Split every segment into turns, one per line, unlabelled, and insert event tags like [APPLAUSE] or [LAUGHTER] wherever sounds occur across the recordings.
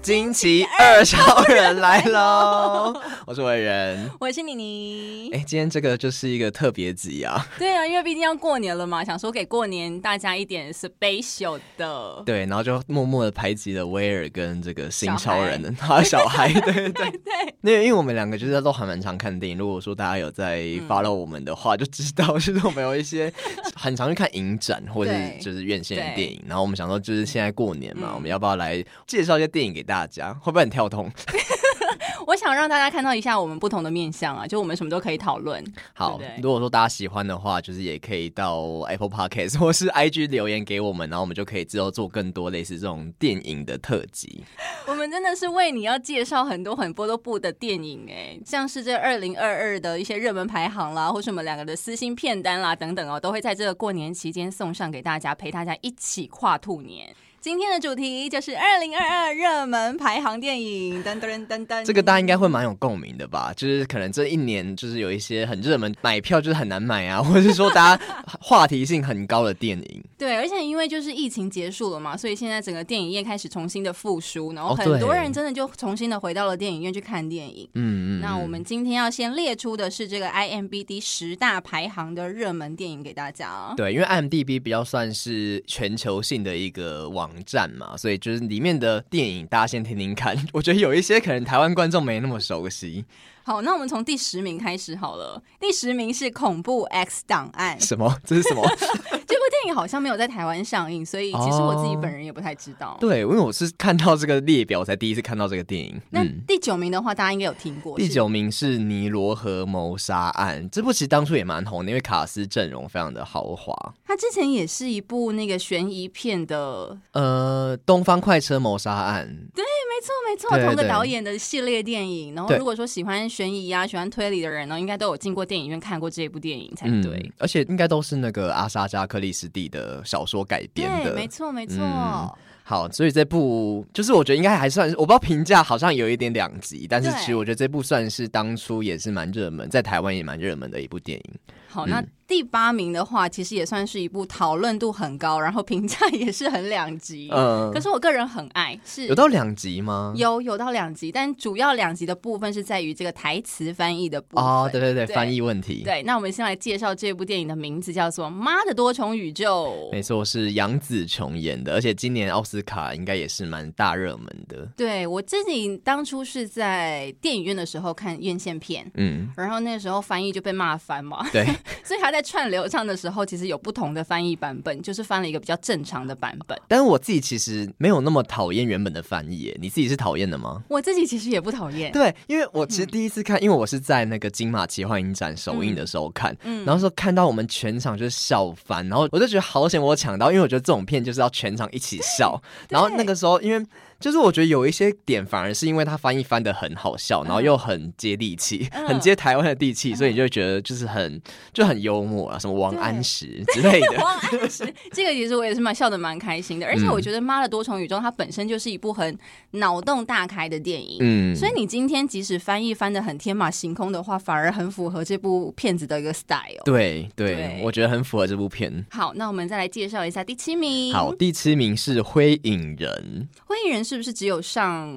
惊奇二超人来喽！我是维人。
我是妮妮。
哎，今天这个就是一个特别集啊。
对啊，因为毕竟要过年了嘛，想说给过年大家一点 special 的。
对，然后就默默的排挤了威尔跟这个新
小
超
孩
人的，还有 [LAUGHS] 小孩，对对对。
对，
那因为我们两个就是都还蛮常看电影，如果说大家有在
嗯
follow 我们的话，就知道 [LAUGHS] 就是我们有一些很常去看影展或者是
对
就是院线的
对
电影，然后我们想说就是现在过年嘛，
嗯
我们要不要来介绍一些电影给大家？会不会很跳通？
我想让大家看到一下我们不同的面相啊，就我们什么都可以讨论。
[LAUGHS] 好
对不对
如果说大家喜欢的话，就是也可以到 Apple Podcast 或是 IG 留言给我们，然后我们就可以之后做更多类似这种电影的特辑。
[LAUGHS] 我们真的是为你要介绍很多很多都部的电影哎、像是这二零二二的一些热门排行啦，或是我们两个的私心片单啦等等哦，都会在这个过年期间送上给大家，陪大家一起跨兔年。今天的主题就是二零二二热门排行电影，哦噔噔噔噔。
这个大家应该会蛮有共鸣的吧？就是可能这一年就是有一些很热门，买票就是很难买啊，或者是说大家 [LAUGHS] 话题性很高的电影。
对，而且因为就是疫情结束了嘛，所以现在整个电影业开始重新的复苏，然后
哦
很多
对
人真的就重新的回到了电影院去看电影。
嗯嗯，
那
嗯
我们今天要先列出的是这个 IMBD 十大排行的热门电影给大家。哦
对，因为 IMDB 比较算是全球性的一个网站嘛，所以就是里面的电影大家先听听看。 [LAUGHS] 我觉得有一些可能台湾观众没那么熟悉，
好，那我们从第十名开始好了。第十名是《恐怖 X 档案》
什么？ [LAUGHS] 这是
[LAUGHS]
什么？
这部电影，好像没有在台湾上映，所以其实我自己本人也不太知道。
对，因为我是看到这个列表才第一次看到这个电影。
那
嗯
第九名的话，大家应该有听过。
第
是
九名是《尼罗河谋杀案》，这部其实当初也蛮红的，因为卡斯阵容非常的豪华。
它之前也是一部那个悬疑片的，
呃，《东方快车谋杀案
没错没错，
对
同
对
个导演的系列电影。然后
对
如果说喜欢悬疑啊、喜欢推理的人呢，应该都有进过电影院看过这部电影才》
嗯，
对。，
而且应该都是那个阿莎加克里斯蒂的小说改编
对，
的，
没错没错。
嗯好，所以这部就是我觉得应该还算是，我不知道评价好像有一点两极，但是
对
其实我觉得这部算是当初也是蛮热门，在台湾也蛮热门的一部电影。
好，那第八名的话，其实也算是一部讨论度很高，然后评价也是很两极。
嗯
可，是我个人很爱，是
有到两集吗？
有有到两集，但主要两集的部分是在于这个台词翻译的部分。
哦，对对对，
对
翻译问题。
对，那我们先来介绍这部电影的名字叫做《妈的多重宇宙
没》。错，是杨紫琼演的，而且今年奥斯卡应该也是蛮大热门的。
对我自己当初是在电影院的时候看院线片。
嗯，
然后那时候翻译就被骂翻嘛， [LAUGHS]
对，
所以他在串流上的时候，其实有不同的翻译版本，就是翻了一个比较正常的版本。
但是我自己其实没有那么讨厌原本的翻译耶，你自己是讨厌的吗？
我自己其实也不讨厌，
对，因为我其实第一次看，因为我是在那个金马奇幻影展首映的时候看，
嗯
然后说看到我们全场就是笑翻，然后我就觉得好险我有抢到，因为我觉得这种片就是要全场一起
[LAUGHS]
笑。然后那个时候，因为就是我觉得有一些点反而是因为他翻译翻的很好笑，然后又很接地气，
嗯
很接台湾的地气，所以你就会觉得就是很就很幽默啊，什么王安
对
石之类
[LAUGHS]
的。
王安石，这个其实我哎也是蛮笑的蛮开心的，而且
嗯
我觉得《妈的多重宇宙》它本身就是一部很脑洞大开的电影。
嗯，
[LAUGHS] 所以你今天即使翻译翻的很天马行空的话，反而很符合这部片子的一个 style。
对对，
对
我觉得很符合这部片。
好，那我们再来介绍一下第七名。
好，第七名是《灰影人》。
灰影人是不是只有上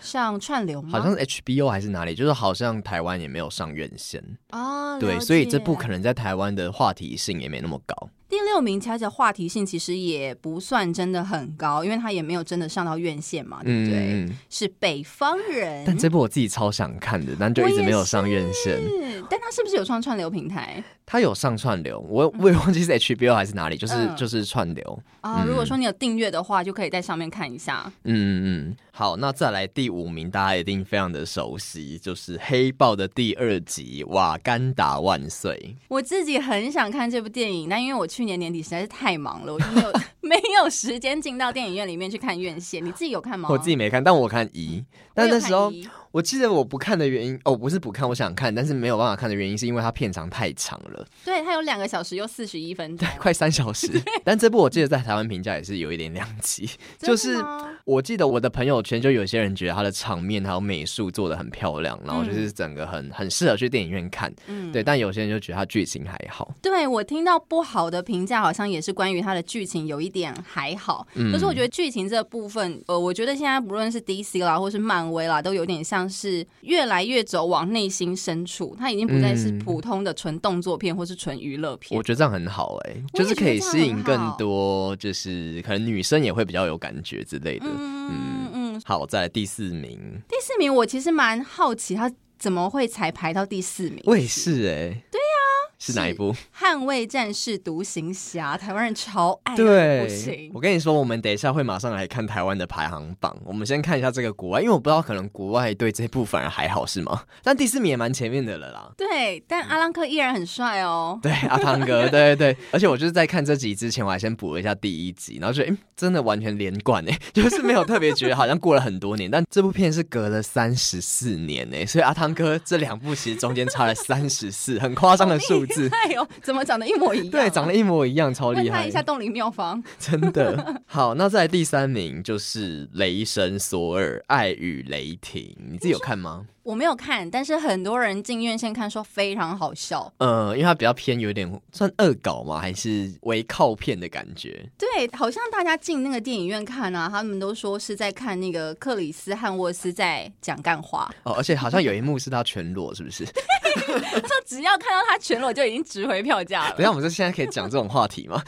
上串流吗？
好像是 HBO 还是哪里，就是好像台湾也没有上院线，
啊，了
对，
解
所以这部可能在台湾的话题性也没那么高。
第六名，它的话题性其实也不算真的很高，因为它也没有真的上到院线嘛，对嗯不对？
嗯，嗯
是北方人，
但这部我自己超想看的，但就一直没有上院线。
是，嗯但它是不是有上串流平台
它有上串流，我我也忘记是 HBO 还是哪里，就是、
嗯
就是串流。
啊？
嗯
如果说你有订阅的话，就可以在上面看一下。
嗯嗯嗯，好，那再来第五名，大家一定非常的熟悉，就是《黑豹》的第二集《瓦干达万岁》。 [LAUGHS]
我自己很想看这部电影，但因为我去年年底实在是太忙了，我就没有没没有时间进到电影院里面去看院线。你自己有看吗？
[LAUGHS] 我自己没看，但我看一。
我
但
有
那
看
时候
一
我记得我不看的原因，哦，不是不看，我想看，但是没有办法看的原因是因为它片长太长了， [LAUGHS]
对它有两个小时又四十一分钟，
快三小
[LAUGHS]
时。但这部我记得在台湾评价也是有一点两极，
真的
就是
吗
我记得我的朋友圈就有些人觉得它的场面还有美术做的很漂亮，然后就是整个很很适合去电影院看，
嗯
对。但有些人就觉得它剧情还好，
对我听到不好的评价，好像也是关于它的剧情有一点还好，
嗯
可是我觉得剧情这部分，呃，我觉得现在不论是 DC 啦，或是漫威啦，都有点像是越来越走往内心深处，它已经不再是
嗯
普通的纯动作片或是纯娱乐片
我。觉得这样很好哎、
我
就
也
是
觉
可
得
以
这样
吸
很
引更
好
多，就是可能女生也会比较有感觉之类的。
嗯嗯，
好，再来第四名，
第四名我其实蛮好奇它怎么会才排到第四啊名。
我也是哎、对呀、是哪一
是
部？
捍卫战士、独行侠，台湾人超爱，啊不
对
行，
我。跟你说，我们等一下会马上来看台湾的排行榜。我们先看一下这个国外，因为我不知道可能国外对这部反而还好是吗？ [LAUGHS] 但第四名也蛮前面的了啦。
对，
嗯
但阿浪克依然很帅哦。
对，阿汤
[LAUGHS]
哥，对对对，而且我就是在看这集之前，我还先补了一下第一集，然后觉得，哎，真的完全连贯哎， [LAUGHS] 就是没有特别觉得好像过了很多年，但这部片是隔了三十四年哎，所以阿汤哥这两部其实中间差了三十四，很夸张的数
[LAUGHS]
字，
哎呦，怎么长得一模一样？啊
对，长得一模一样，超
问
厉
他
害
一。下冻龄妙方，
[LAUGHS] 真的好，那在第三名就是雷神索尔《爱与雷霆》，你自己有看吗？
我没有看，但是很多人进院线看说非常好笑。
[LAUGHS] 呃，因为它比较偏有点算恶搞吗？还是为靠片的感觉？
对，好像大家进那个电影院看啊，他们都说是在看那个克里斯汉沃斯在讲干 [LAUGHS] 话，
哦，而且好像有一幕是他全裸，是不 [LAUGHS] 是？
说只要看到他全裸就已经值回票价
等一
了。
下我们这现在可以讲这种话题吗？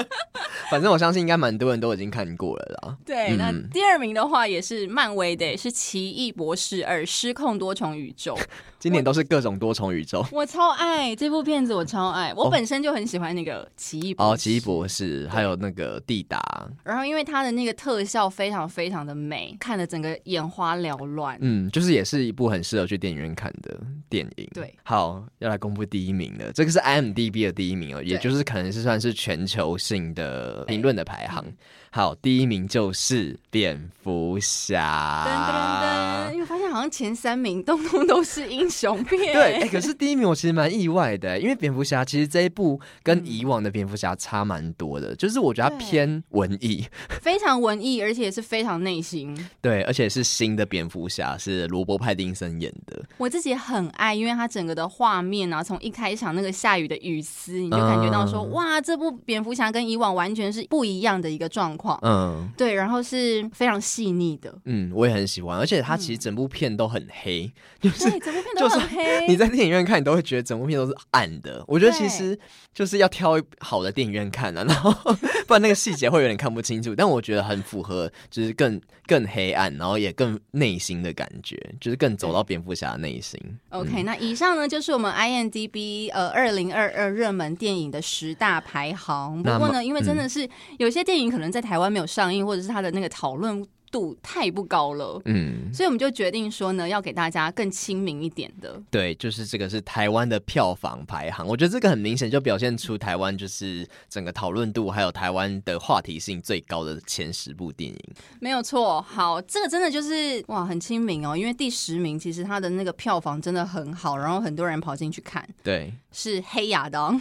[LAUGHS] 反正我相信应该蛮多人都已经看过了啦。
对，那
嗯
第二名的话也是漫威的，是《奇异博士二：失控多重宇 [LAUGHS] 宙》，
今年都是各种多重宇宙
我超爱这部片子，我超爱，我
哦
本身就很喜欢那个奇异博士。
哦，奇异博士，还有那个蒂达，
然后因为它的那个特效非常非常的美，看得整个眼花缭乱。
嗯，就是也是一部很适合去电影院看的电影。
对，
好，要来公布第一名了，这个是 IMDB 的第一名哦，也就是可能是算是全球性的评论的排行。
嗯
好，第一名就是蝙蝠
噔噔
侠
噔！。因为发现好像前三名通通都是英雄片，
对，
[LAUGHS]
哎、可是第一名我其实蛮意外的，因为蝙蝠侠其实这一部跟以往的蝙蝠侠差蛮多的，就是我觉得它
嗯对
偏文艺，
非常文艺，而且也是非常内心。
对，而且是新的蝙蝠侠是罗伯·派丁森演的，
我自己很爱，因为它整个的画面啊，从一开场那个下雨的雨丝，你就感觉到说，
嗯
哇，这部蝙蝠侠跟以往完全是不一样的一个状况。
嗯。
对，然后是非常细腻的，
嗯，我也很喜欢，而且它其实整部片都很黑，
对，整部片都
就是
很黑。
你在电影院看，你都会觉得整部片都是暗的。我觉得其实就是要挑好的电影院看啊，然后 [LAUGHS] 不然那个细节会有点看不清楚。但我觉得很符合，就是更更黑暗，然后也更内心的感觉，就是更走到蝙蝠侠的内心。
OK，那以上呢就是我们 IMDB 呃二零二二热门电影的十大排行。不
那
过
么嗯
呢，因为真的是有些电影可能在台湾没有上映，或者是它的那个讨论度太不高了。
嗯，
所以我们就决定说呢，要给大家更亲民一点的，
对，就是这个是台湾的票房排行，我觉得这个很明显就表现出台湾就是整个讨论度还有台湾的话题性最高的前十部电影。
没有错。好，这个真的就是哇，很亲民哦。因为第十名其实它的那个票房真的很好，然后很多人跑进去看，
对，
是《黑亚当》，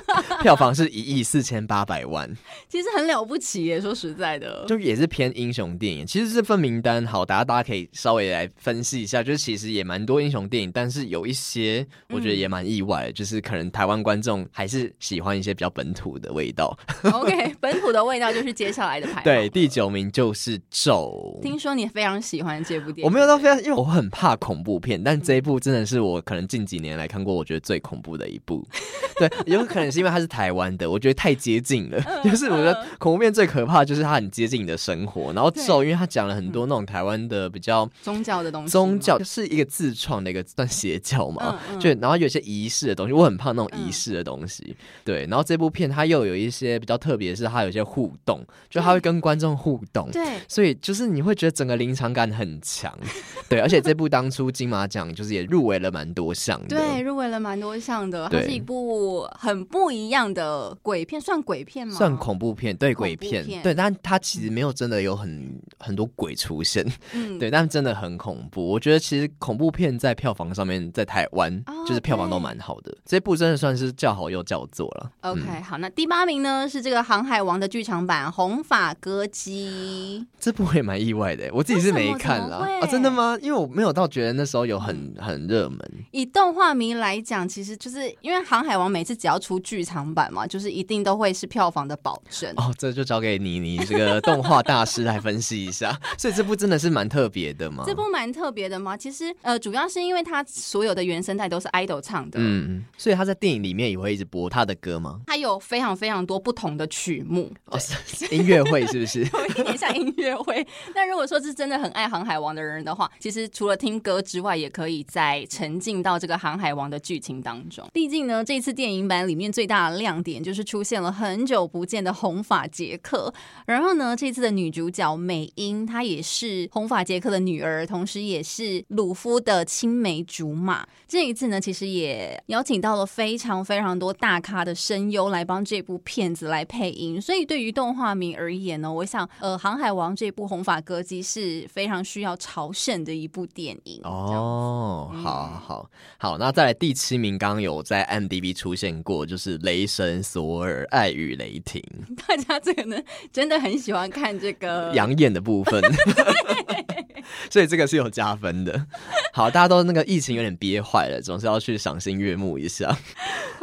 [LAUGHS]
票房是一亿四千八百万。
其实很了不起耶。说实在的，
就也是偏英雄电影。其实这份名单好，大家大家可以稍微来分析一下，就是其实也蛮多英雄电影，但是有一些我觉得也蛮意外的，就是可能台湾观众还是喜欢一些比较本土的味道。
OK，本土的味道就是接下来的排行。
对，第九名就是咒。
听说你非常喜欢这部电影，
我没有到非常，因为我很怕恐怖片，但这一部真的是我可能近几年来看过我觉得最恐怖的一部。 [LAUGHS] 对，有可能是因为它是台湾的，我觉得太接近了。
嗯
[LAUGHS] 就是我觉得恐怖片最可怕就是它很接近你的生活，然后
对
咒，因为它讲了很多那种台湾的比较
宗教的东西，
宗教是一个自创的一个算邪教嘛，
嗯嗯
就然后有一些仪式的东西，我很怕那种
嗯
仪式的东西。对，然后这部片它又有一些比较特别，是它有一些互动，就
嗯
它会跟观众互动。
对。
所以就是你会觉得整个临场感很强，对，而且这部当初金马奖就是也入围了蛮多项的，
对，入围了蛮多项的。它
对
是一部部很不一样的鬼片，算鬼片吗？
算恐怖片，对
恐
鬼
怖
片，
片
对，但它其实没有真的有很很多鬼出现，
嗯，
对，但真的很恐怖。我觉得其实恐怖片在票房上面，在台湾、
哦
就是票房都
对
蛮好的，这部真的算是叫好又叫座了。
OK，、
嗯
好，那第八名呢是这个《航海王》的剧场版《红发歌姬
这部我也蛮意外的，欸我自己是没看啦啊，
为什么怎么会嗯
真的吗？因为我没有到觉得那时候有很很热门，》。
以动画迷来讲，其实就是因为《航海王》每次只要出剧场版嘛，就是一定都会是票房的保证。
[LAUGHS] 哦，这就交给你，你这个动画大师来分析一下。所以这部真的是蛮特别的嘛。
这部蛮特别的嘛，其实呃，主要是因为它所有的原声带都是 idol 唱的，嗯，
嗯，所以他在电影里面也会一直播他的歌吗？
它有非常非常多不同的曲 [LAUGHS] 目，
哦，是是音乐 [LAUGHS] 会是不是？
有一点像音乐会。 [LAUGHS] 那如果说是真的很爱《航海王》的人的话，其实除了听歌之外，也可以在沉浸到这个《航海王》的剧情当中。毕竟呢，这次电影版里面最大的亮点就是出现了很久不见的红发杰克。然后呢，这次的女主角美英，她也是红发杰克的女儿，同时也是鲁夫的青梅竹马。这一次呢，其实也邀请到了非常非常多大咖的声优来帮这部片子来配音，所以对于动画迷而言呢，我想，呃，《航海王》这部《红发歌姬》是非常需要朝圣的一部电影。
哦，
嗯
好好好，那再来第七名，刚刚有在 m d b 出现过，就是雷神索尔、爱与雷霆，
[LAUGHS] 大家这个呢，真的很喜欢看这个。
养眼的部 [LAUGHS] 分，所以这个是有加分的。好，大家都那个疫情有点憋坏了，总是要去赏心悦目一下。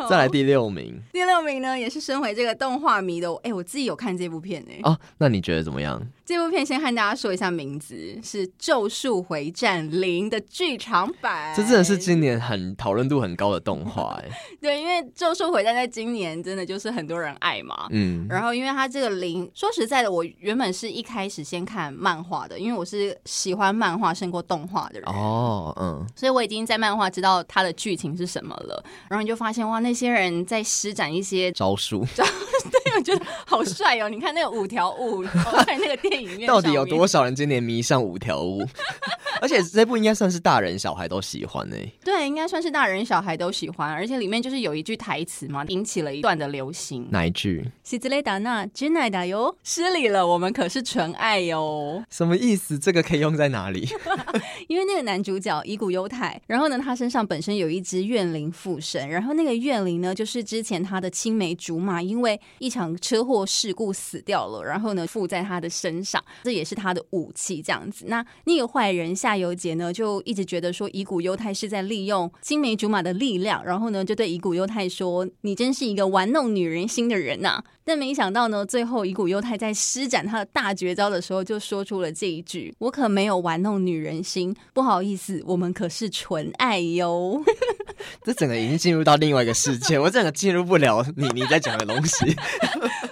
再来第六名
第六名呢，也是身为这个动画迷的我，哎、我自己有看这部片哎、
哦，那你觉得怎么样？
这部片先和大家说一下名字，是《咒术回战零》的剧场版。
这真的是今年很讨论度很高的动画哎、
对，因为《咒术回战》在今年真的就是很多人爱嘛。 [LAUGHS]
嗯，
然后，因为它这个零，说实在的，我原本是一开始先看漫画的，因为我是喜欢漫画胜过动画的人，
哦，嗯，
所以我已经在漫画知道它的剧情是什么了。然后你就发现哇，那些人在施展一些， [LAUGHS]
招数
对，我觉得好帅哦！你看那个五条悟哦在那个电影院
到底有
上面
多少人今年迷上五条悟？ [LAUGHS] 而且这部应该算是大人小孩都喜欢哎、
对，应该算是大人小孩都喜欢，而且里面就是有一句台词嘛，引起了一段的流行。
哪一句？
西兹雷达纳真奈达哟，失礼了，我们可是纯爱哟。
什么意思？这个可以用在哪里？ [LAUGHS]
因为那个男主角伊古优太，然后呢，他身上本身有一只怨灵附身，然后那个怨灵呢，就是之前他的青梅竹马，因为一场车祸事故死掉了，然后呢附在他的身上，这也是他的武器这样子。那那个坏人夏油杰呢，就一直觉得说伊古优太是在利用青梅竹马的力量，然后呢就对伊古优太说：“你真是一个玩弄女人心的人呐、啊但没想到呢，最后乙骨忧太在施展他的大绝招的时候，就说出了这一句：“我可没有玩弄女人心，不好意思，我们可是纯爱哟。 [LAUGHS]
这整个已经进入到另外一个世界，我整个进入不了你你在讲的东西。”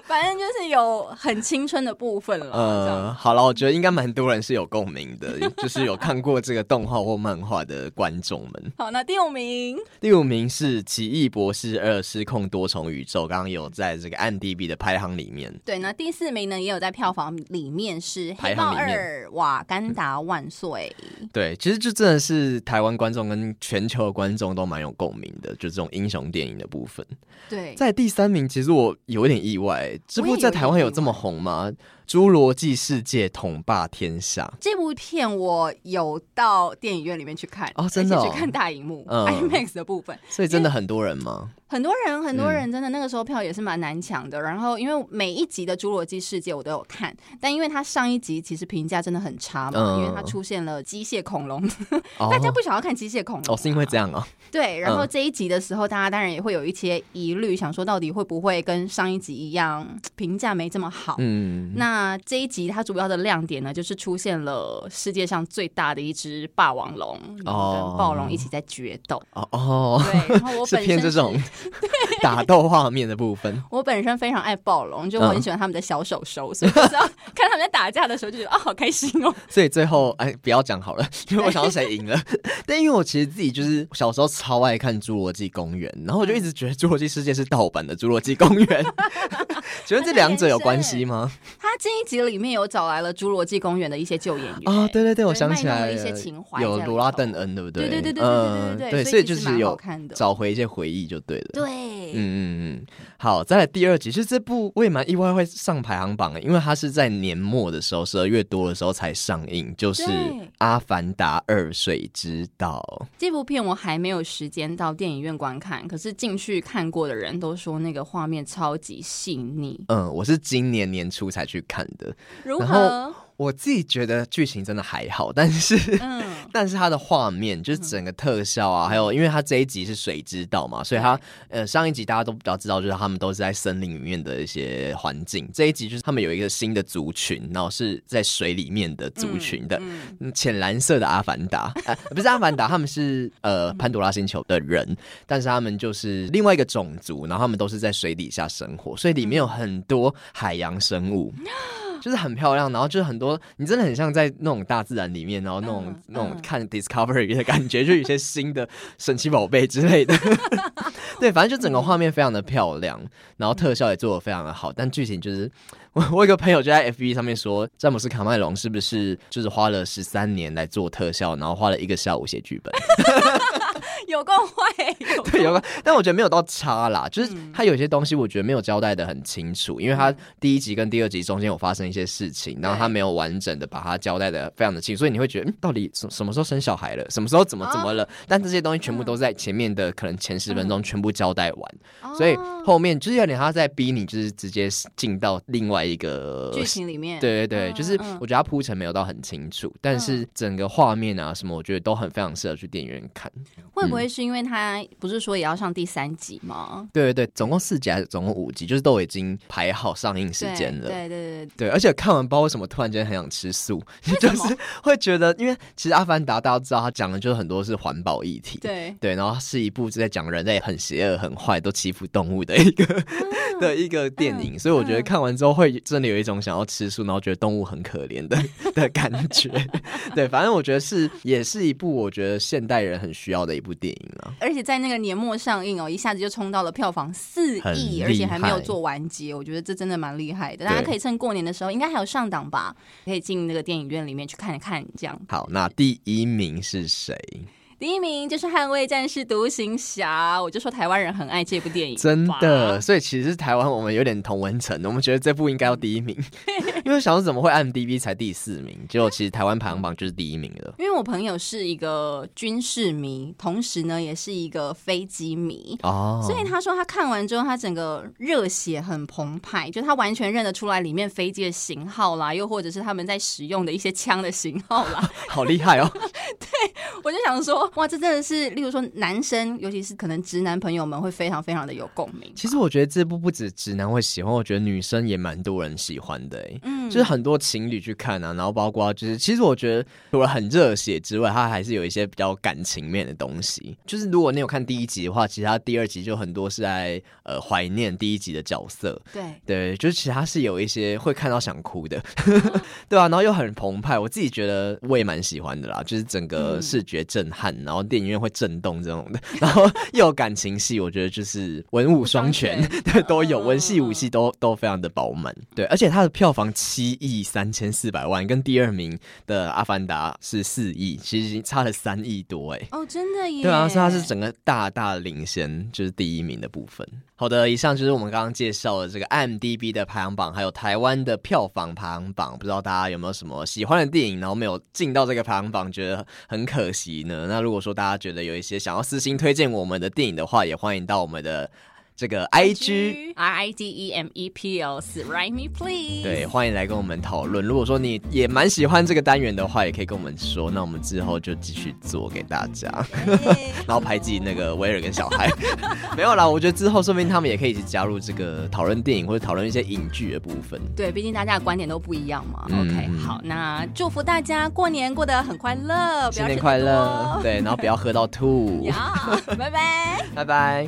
反正就是有很青春的部分了。这样
呃，好了，我觉得应该蛮多人是有共鸣的，就是有看过这个动画或漫画的观众们。
好，那第五名，
第五名是《奇异博士二：失控多重宇宙》，刚刚有在这个 m d b 的排行里面。
对，那第四名呢，也有在票房里面是《
排
黑豹
行里面
二》《瓦干达万岁》
对，其实就真的是台湾观众跟全球的观众都蛮有共鸣的，就这种英雄电影的部分。
对，
在第三名，其实我有点意外，这
我
部
也
在
有
台湾
点
有
意
这么红吗？《侏罗纪世界》统霸天下。
这部片我有到电影院里面去看
哦真的哦
而且去看大荧幕、
嗯
IMAX 的部分。
所以真的很多人吗？
很多人，很
嗯
多人真的那个时候票也是蛮难抢的。然后因为每一集的《侏罗纪世界》我都有看，但因为它上一集其实评价真的很差嘛，
嗯
因为它出现了机械恐龙， [LAUGHS]
哦
大家不想要看机械恐龙、
哦，是因为这样哦。
对。然后
嗯
这一集的时候，大家当然也会有一些疑虑，想说到底会不会跟上一集一样评价没这么好。
嗯，
那这一集它主要的亮点呢，就是出现了世界上最大的一只霸王龙，然后
哦
跟暴龙一起在决
[LAUGHS]
斗。
哦哦，
对，然后我
是
本
偏
身
这种 [LAUGHS] 打斗画面的部分。
我本身非常爱暴龙，
嗯
就我很喜欢他们的小手手，所以就是要 [LAUGHS] 看他们在打架的时候就觉得啊、好开心哦。
所以最后，哎，不要讲好了，因为我想到谁赢了。但因为我其实自己就是小时候超爱看《侏罗纪公园》，然后我就一直觉得《侏罗纪世界》是盗版的《侏罗纪公园》。请问这两者有关系吗？
[LAUGHS] 他这一集里面有找来了《侏罗纪公园》的一些旧演员
啊、对对对，
对
我想起来
卖弄了一些
了
情怀
有
在里
罗拉
头
邓恩，对不对？
对对对对对对对
嗯
对
对，
所以
所以
其
就
实蛮
是
好
有
看的
找回一些回忆就对了。
对
嗯嗯嗯，好，再来第二集，其实这部我也蛮意外会上排行榜的，因为它是在年末的时候，十二月多的时候才上映，就是
对
《阿凡达二：水之道》。
这部片我还没有时间到电影院观看，可是进去看过的人都说那个画面超级细腻。
嗯，我是今年年初才去看的，
如
然
何
后？我自己觉得剧情真的还好，但是。
嗯，
[LAUGHS] 但是它的画面就是整个特效啊，还有因为它这一集是水之道嘛，所以它呃上一集大家都比较知道，就是他们都是在森林里面的一些环境。这一集就是他们有一个新的族群，然后是在水里面的族群的
嗯
嗯浅蓝色的阿凡达、呃，不是阿凡达，他们是呃潘多拉星球的人，但是他们就是另外一个种族，然后他们都是在水底下生活，所以里面有很多海洋生物。就是很漂亮，然后就是很多，你真的很像在那种大自然里面，然后那种、
嗯
那种
嗯
看 Discovery 的感觉，就有一些新的神奇宝贝之类的。 [LAUGHS] 对，反正就整个画面非常的漂亮，然后特效也做的非常的好，但剧情就是，我我有一个朋友就在 FB 上面说，詹姆斯卡麦隆是不是就是花了十三年来做特效，然后花了一个下午写剧本？ [LAUGHS] 呃
[LAUGHS] 有够会，有够
对，有关，但我觉得没有到差啦，就是
嗯
他有些东西我觉得没有交代的很清楚，因为他第一集跟第二集中间有发生一些事情，然后他没有完整的把它交代的非常的清楚，所以你会觉得，嗯，到底什什么时候生小孩了，什么时候怎么怎
哦
么了？但这些东西全部
嗯
都在前面的可能前十分钟全部交代完，所以
哦
后面就是有点他在逼你，就是直接进到另外一个
剧情里面，
对对对，
嗯
就是
嗯
我觉得它铺陈没有到很清楚，但是整个画面啊什么，我觉得都很非常适合去电影院看。
会不会是因为他不是说也要上第三集吗？
对对对，总共四集还是总共五集，就是都已经排好上映时间了。
对对对对，
对，而且看完不知道为什么突然间很想吃素， [LAUGHS] 就是会觉得，因为其实《阿凡达》大家都知道，它讲的就是很多是环保议题。
对
对，然后是一部在讲人类很邪恶、很坏，都欺负动物的一个、
哦
[LAUGHS] 的一
嗯
个电影，所以我觉得看完之后会真的有一种想要吃素，然后觉得动物很可怜
[LAUGHS]
的的感觉。对，反正我觉得是也是一部我觉得现代人很需要的一部电影啊。
而且在那个年末上映哦，一下子就冲到了票房四
很厉
亿，
害
而且还没有做完结，我觉得这真的蛮厉害的。大家可以趁过年的时候，应该还有上档吧，可以进那个电影院里面去看一看。这样，
好，那第一名是谁？
第一名就是《捍卫战士：独行侠》，我就说台湾人很爱这部电影，
真的，所以其实台湾我们有点同文层，我们觉得这部应该要第一
[LAUGHS]
名，因为想说怎么会 m d b 才第四名，结果其实台湾排行榜就是第一名了。
因为我朋友是一个军事迷，同时呢也是一个飞机迷。
哦，
所以他说，他看完之后，他整个热血很澎湃，就他完全认得出来里面飞机的型号啦，又或者是他们在使用的一些枪的型号啦。
好厉害哦！
我就想说，哇，这真的是，例如说男生，尤其是可能直男朋友们会非常非常的有共鸣。
其实我觉得这部不止直男会喜欢，我觉得女生也蛮多人喜欢的、欸，
嗯
就是很多情侣去看啊，然后包括就是，其实我觉得除了很热血之外，它还是有一些比较感情面的东西。就是如果你有看第一集的话，其实它第二集就很多是在呃怀念第一集的角色，
对，
对，就是其他是有一些会看到想哭的， [LAUGHS] 对啊，然后又很澎湃，我自己觉得我也蛮喜欢的啦，就是整个
嗯
视觉震撼，然后电影院会震动这种的，然后又有感情戏，我觉得就是文武双全，
双
对，都有
嗯
文戏
嗯
武戏都都非常的饱满，对，而且它的票房七亿三千四百万，跟第二名的《阿凡达》是四亿，其实已经差了三亿多哎、
哦，真的耶。
对啊，所以它是整个大大领先，就是第一名的部分。好的，以上就是我们刚刚介绍的这个 IMDB 的排行榜，还有台湾的票房排行榜。不知道大家有没有什么喜欢的电影，然后没有进到这个排行榜，觉得很可惜呢？那如果说大家觉得有一些想要私心推荐我们的电影的话，也欢迎到我们的这个 IG。
R I D E M E P L 四 Write Me Please。
对，欢迎来跟我们讨论。如果说你也蛮喜欢这个单元的话，也可以跟我们说，那我们之后就继续做给大家。然后排挤那个威尔跟小孩， [LAUGHS] 没有啦。我觉得之后说不定他们也可以一起加入这个讨论电影或者讨论一些影剧的部分。
对，毕竟大家的观点都不一样嘛。
嗯
OK，好，那祝福大家过年过得很快乐，不要
新
吃
年
太
快
多 [LAUGHS]
乐，对，然后不要喝到吐，
呀，拜拜。
拜拜。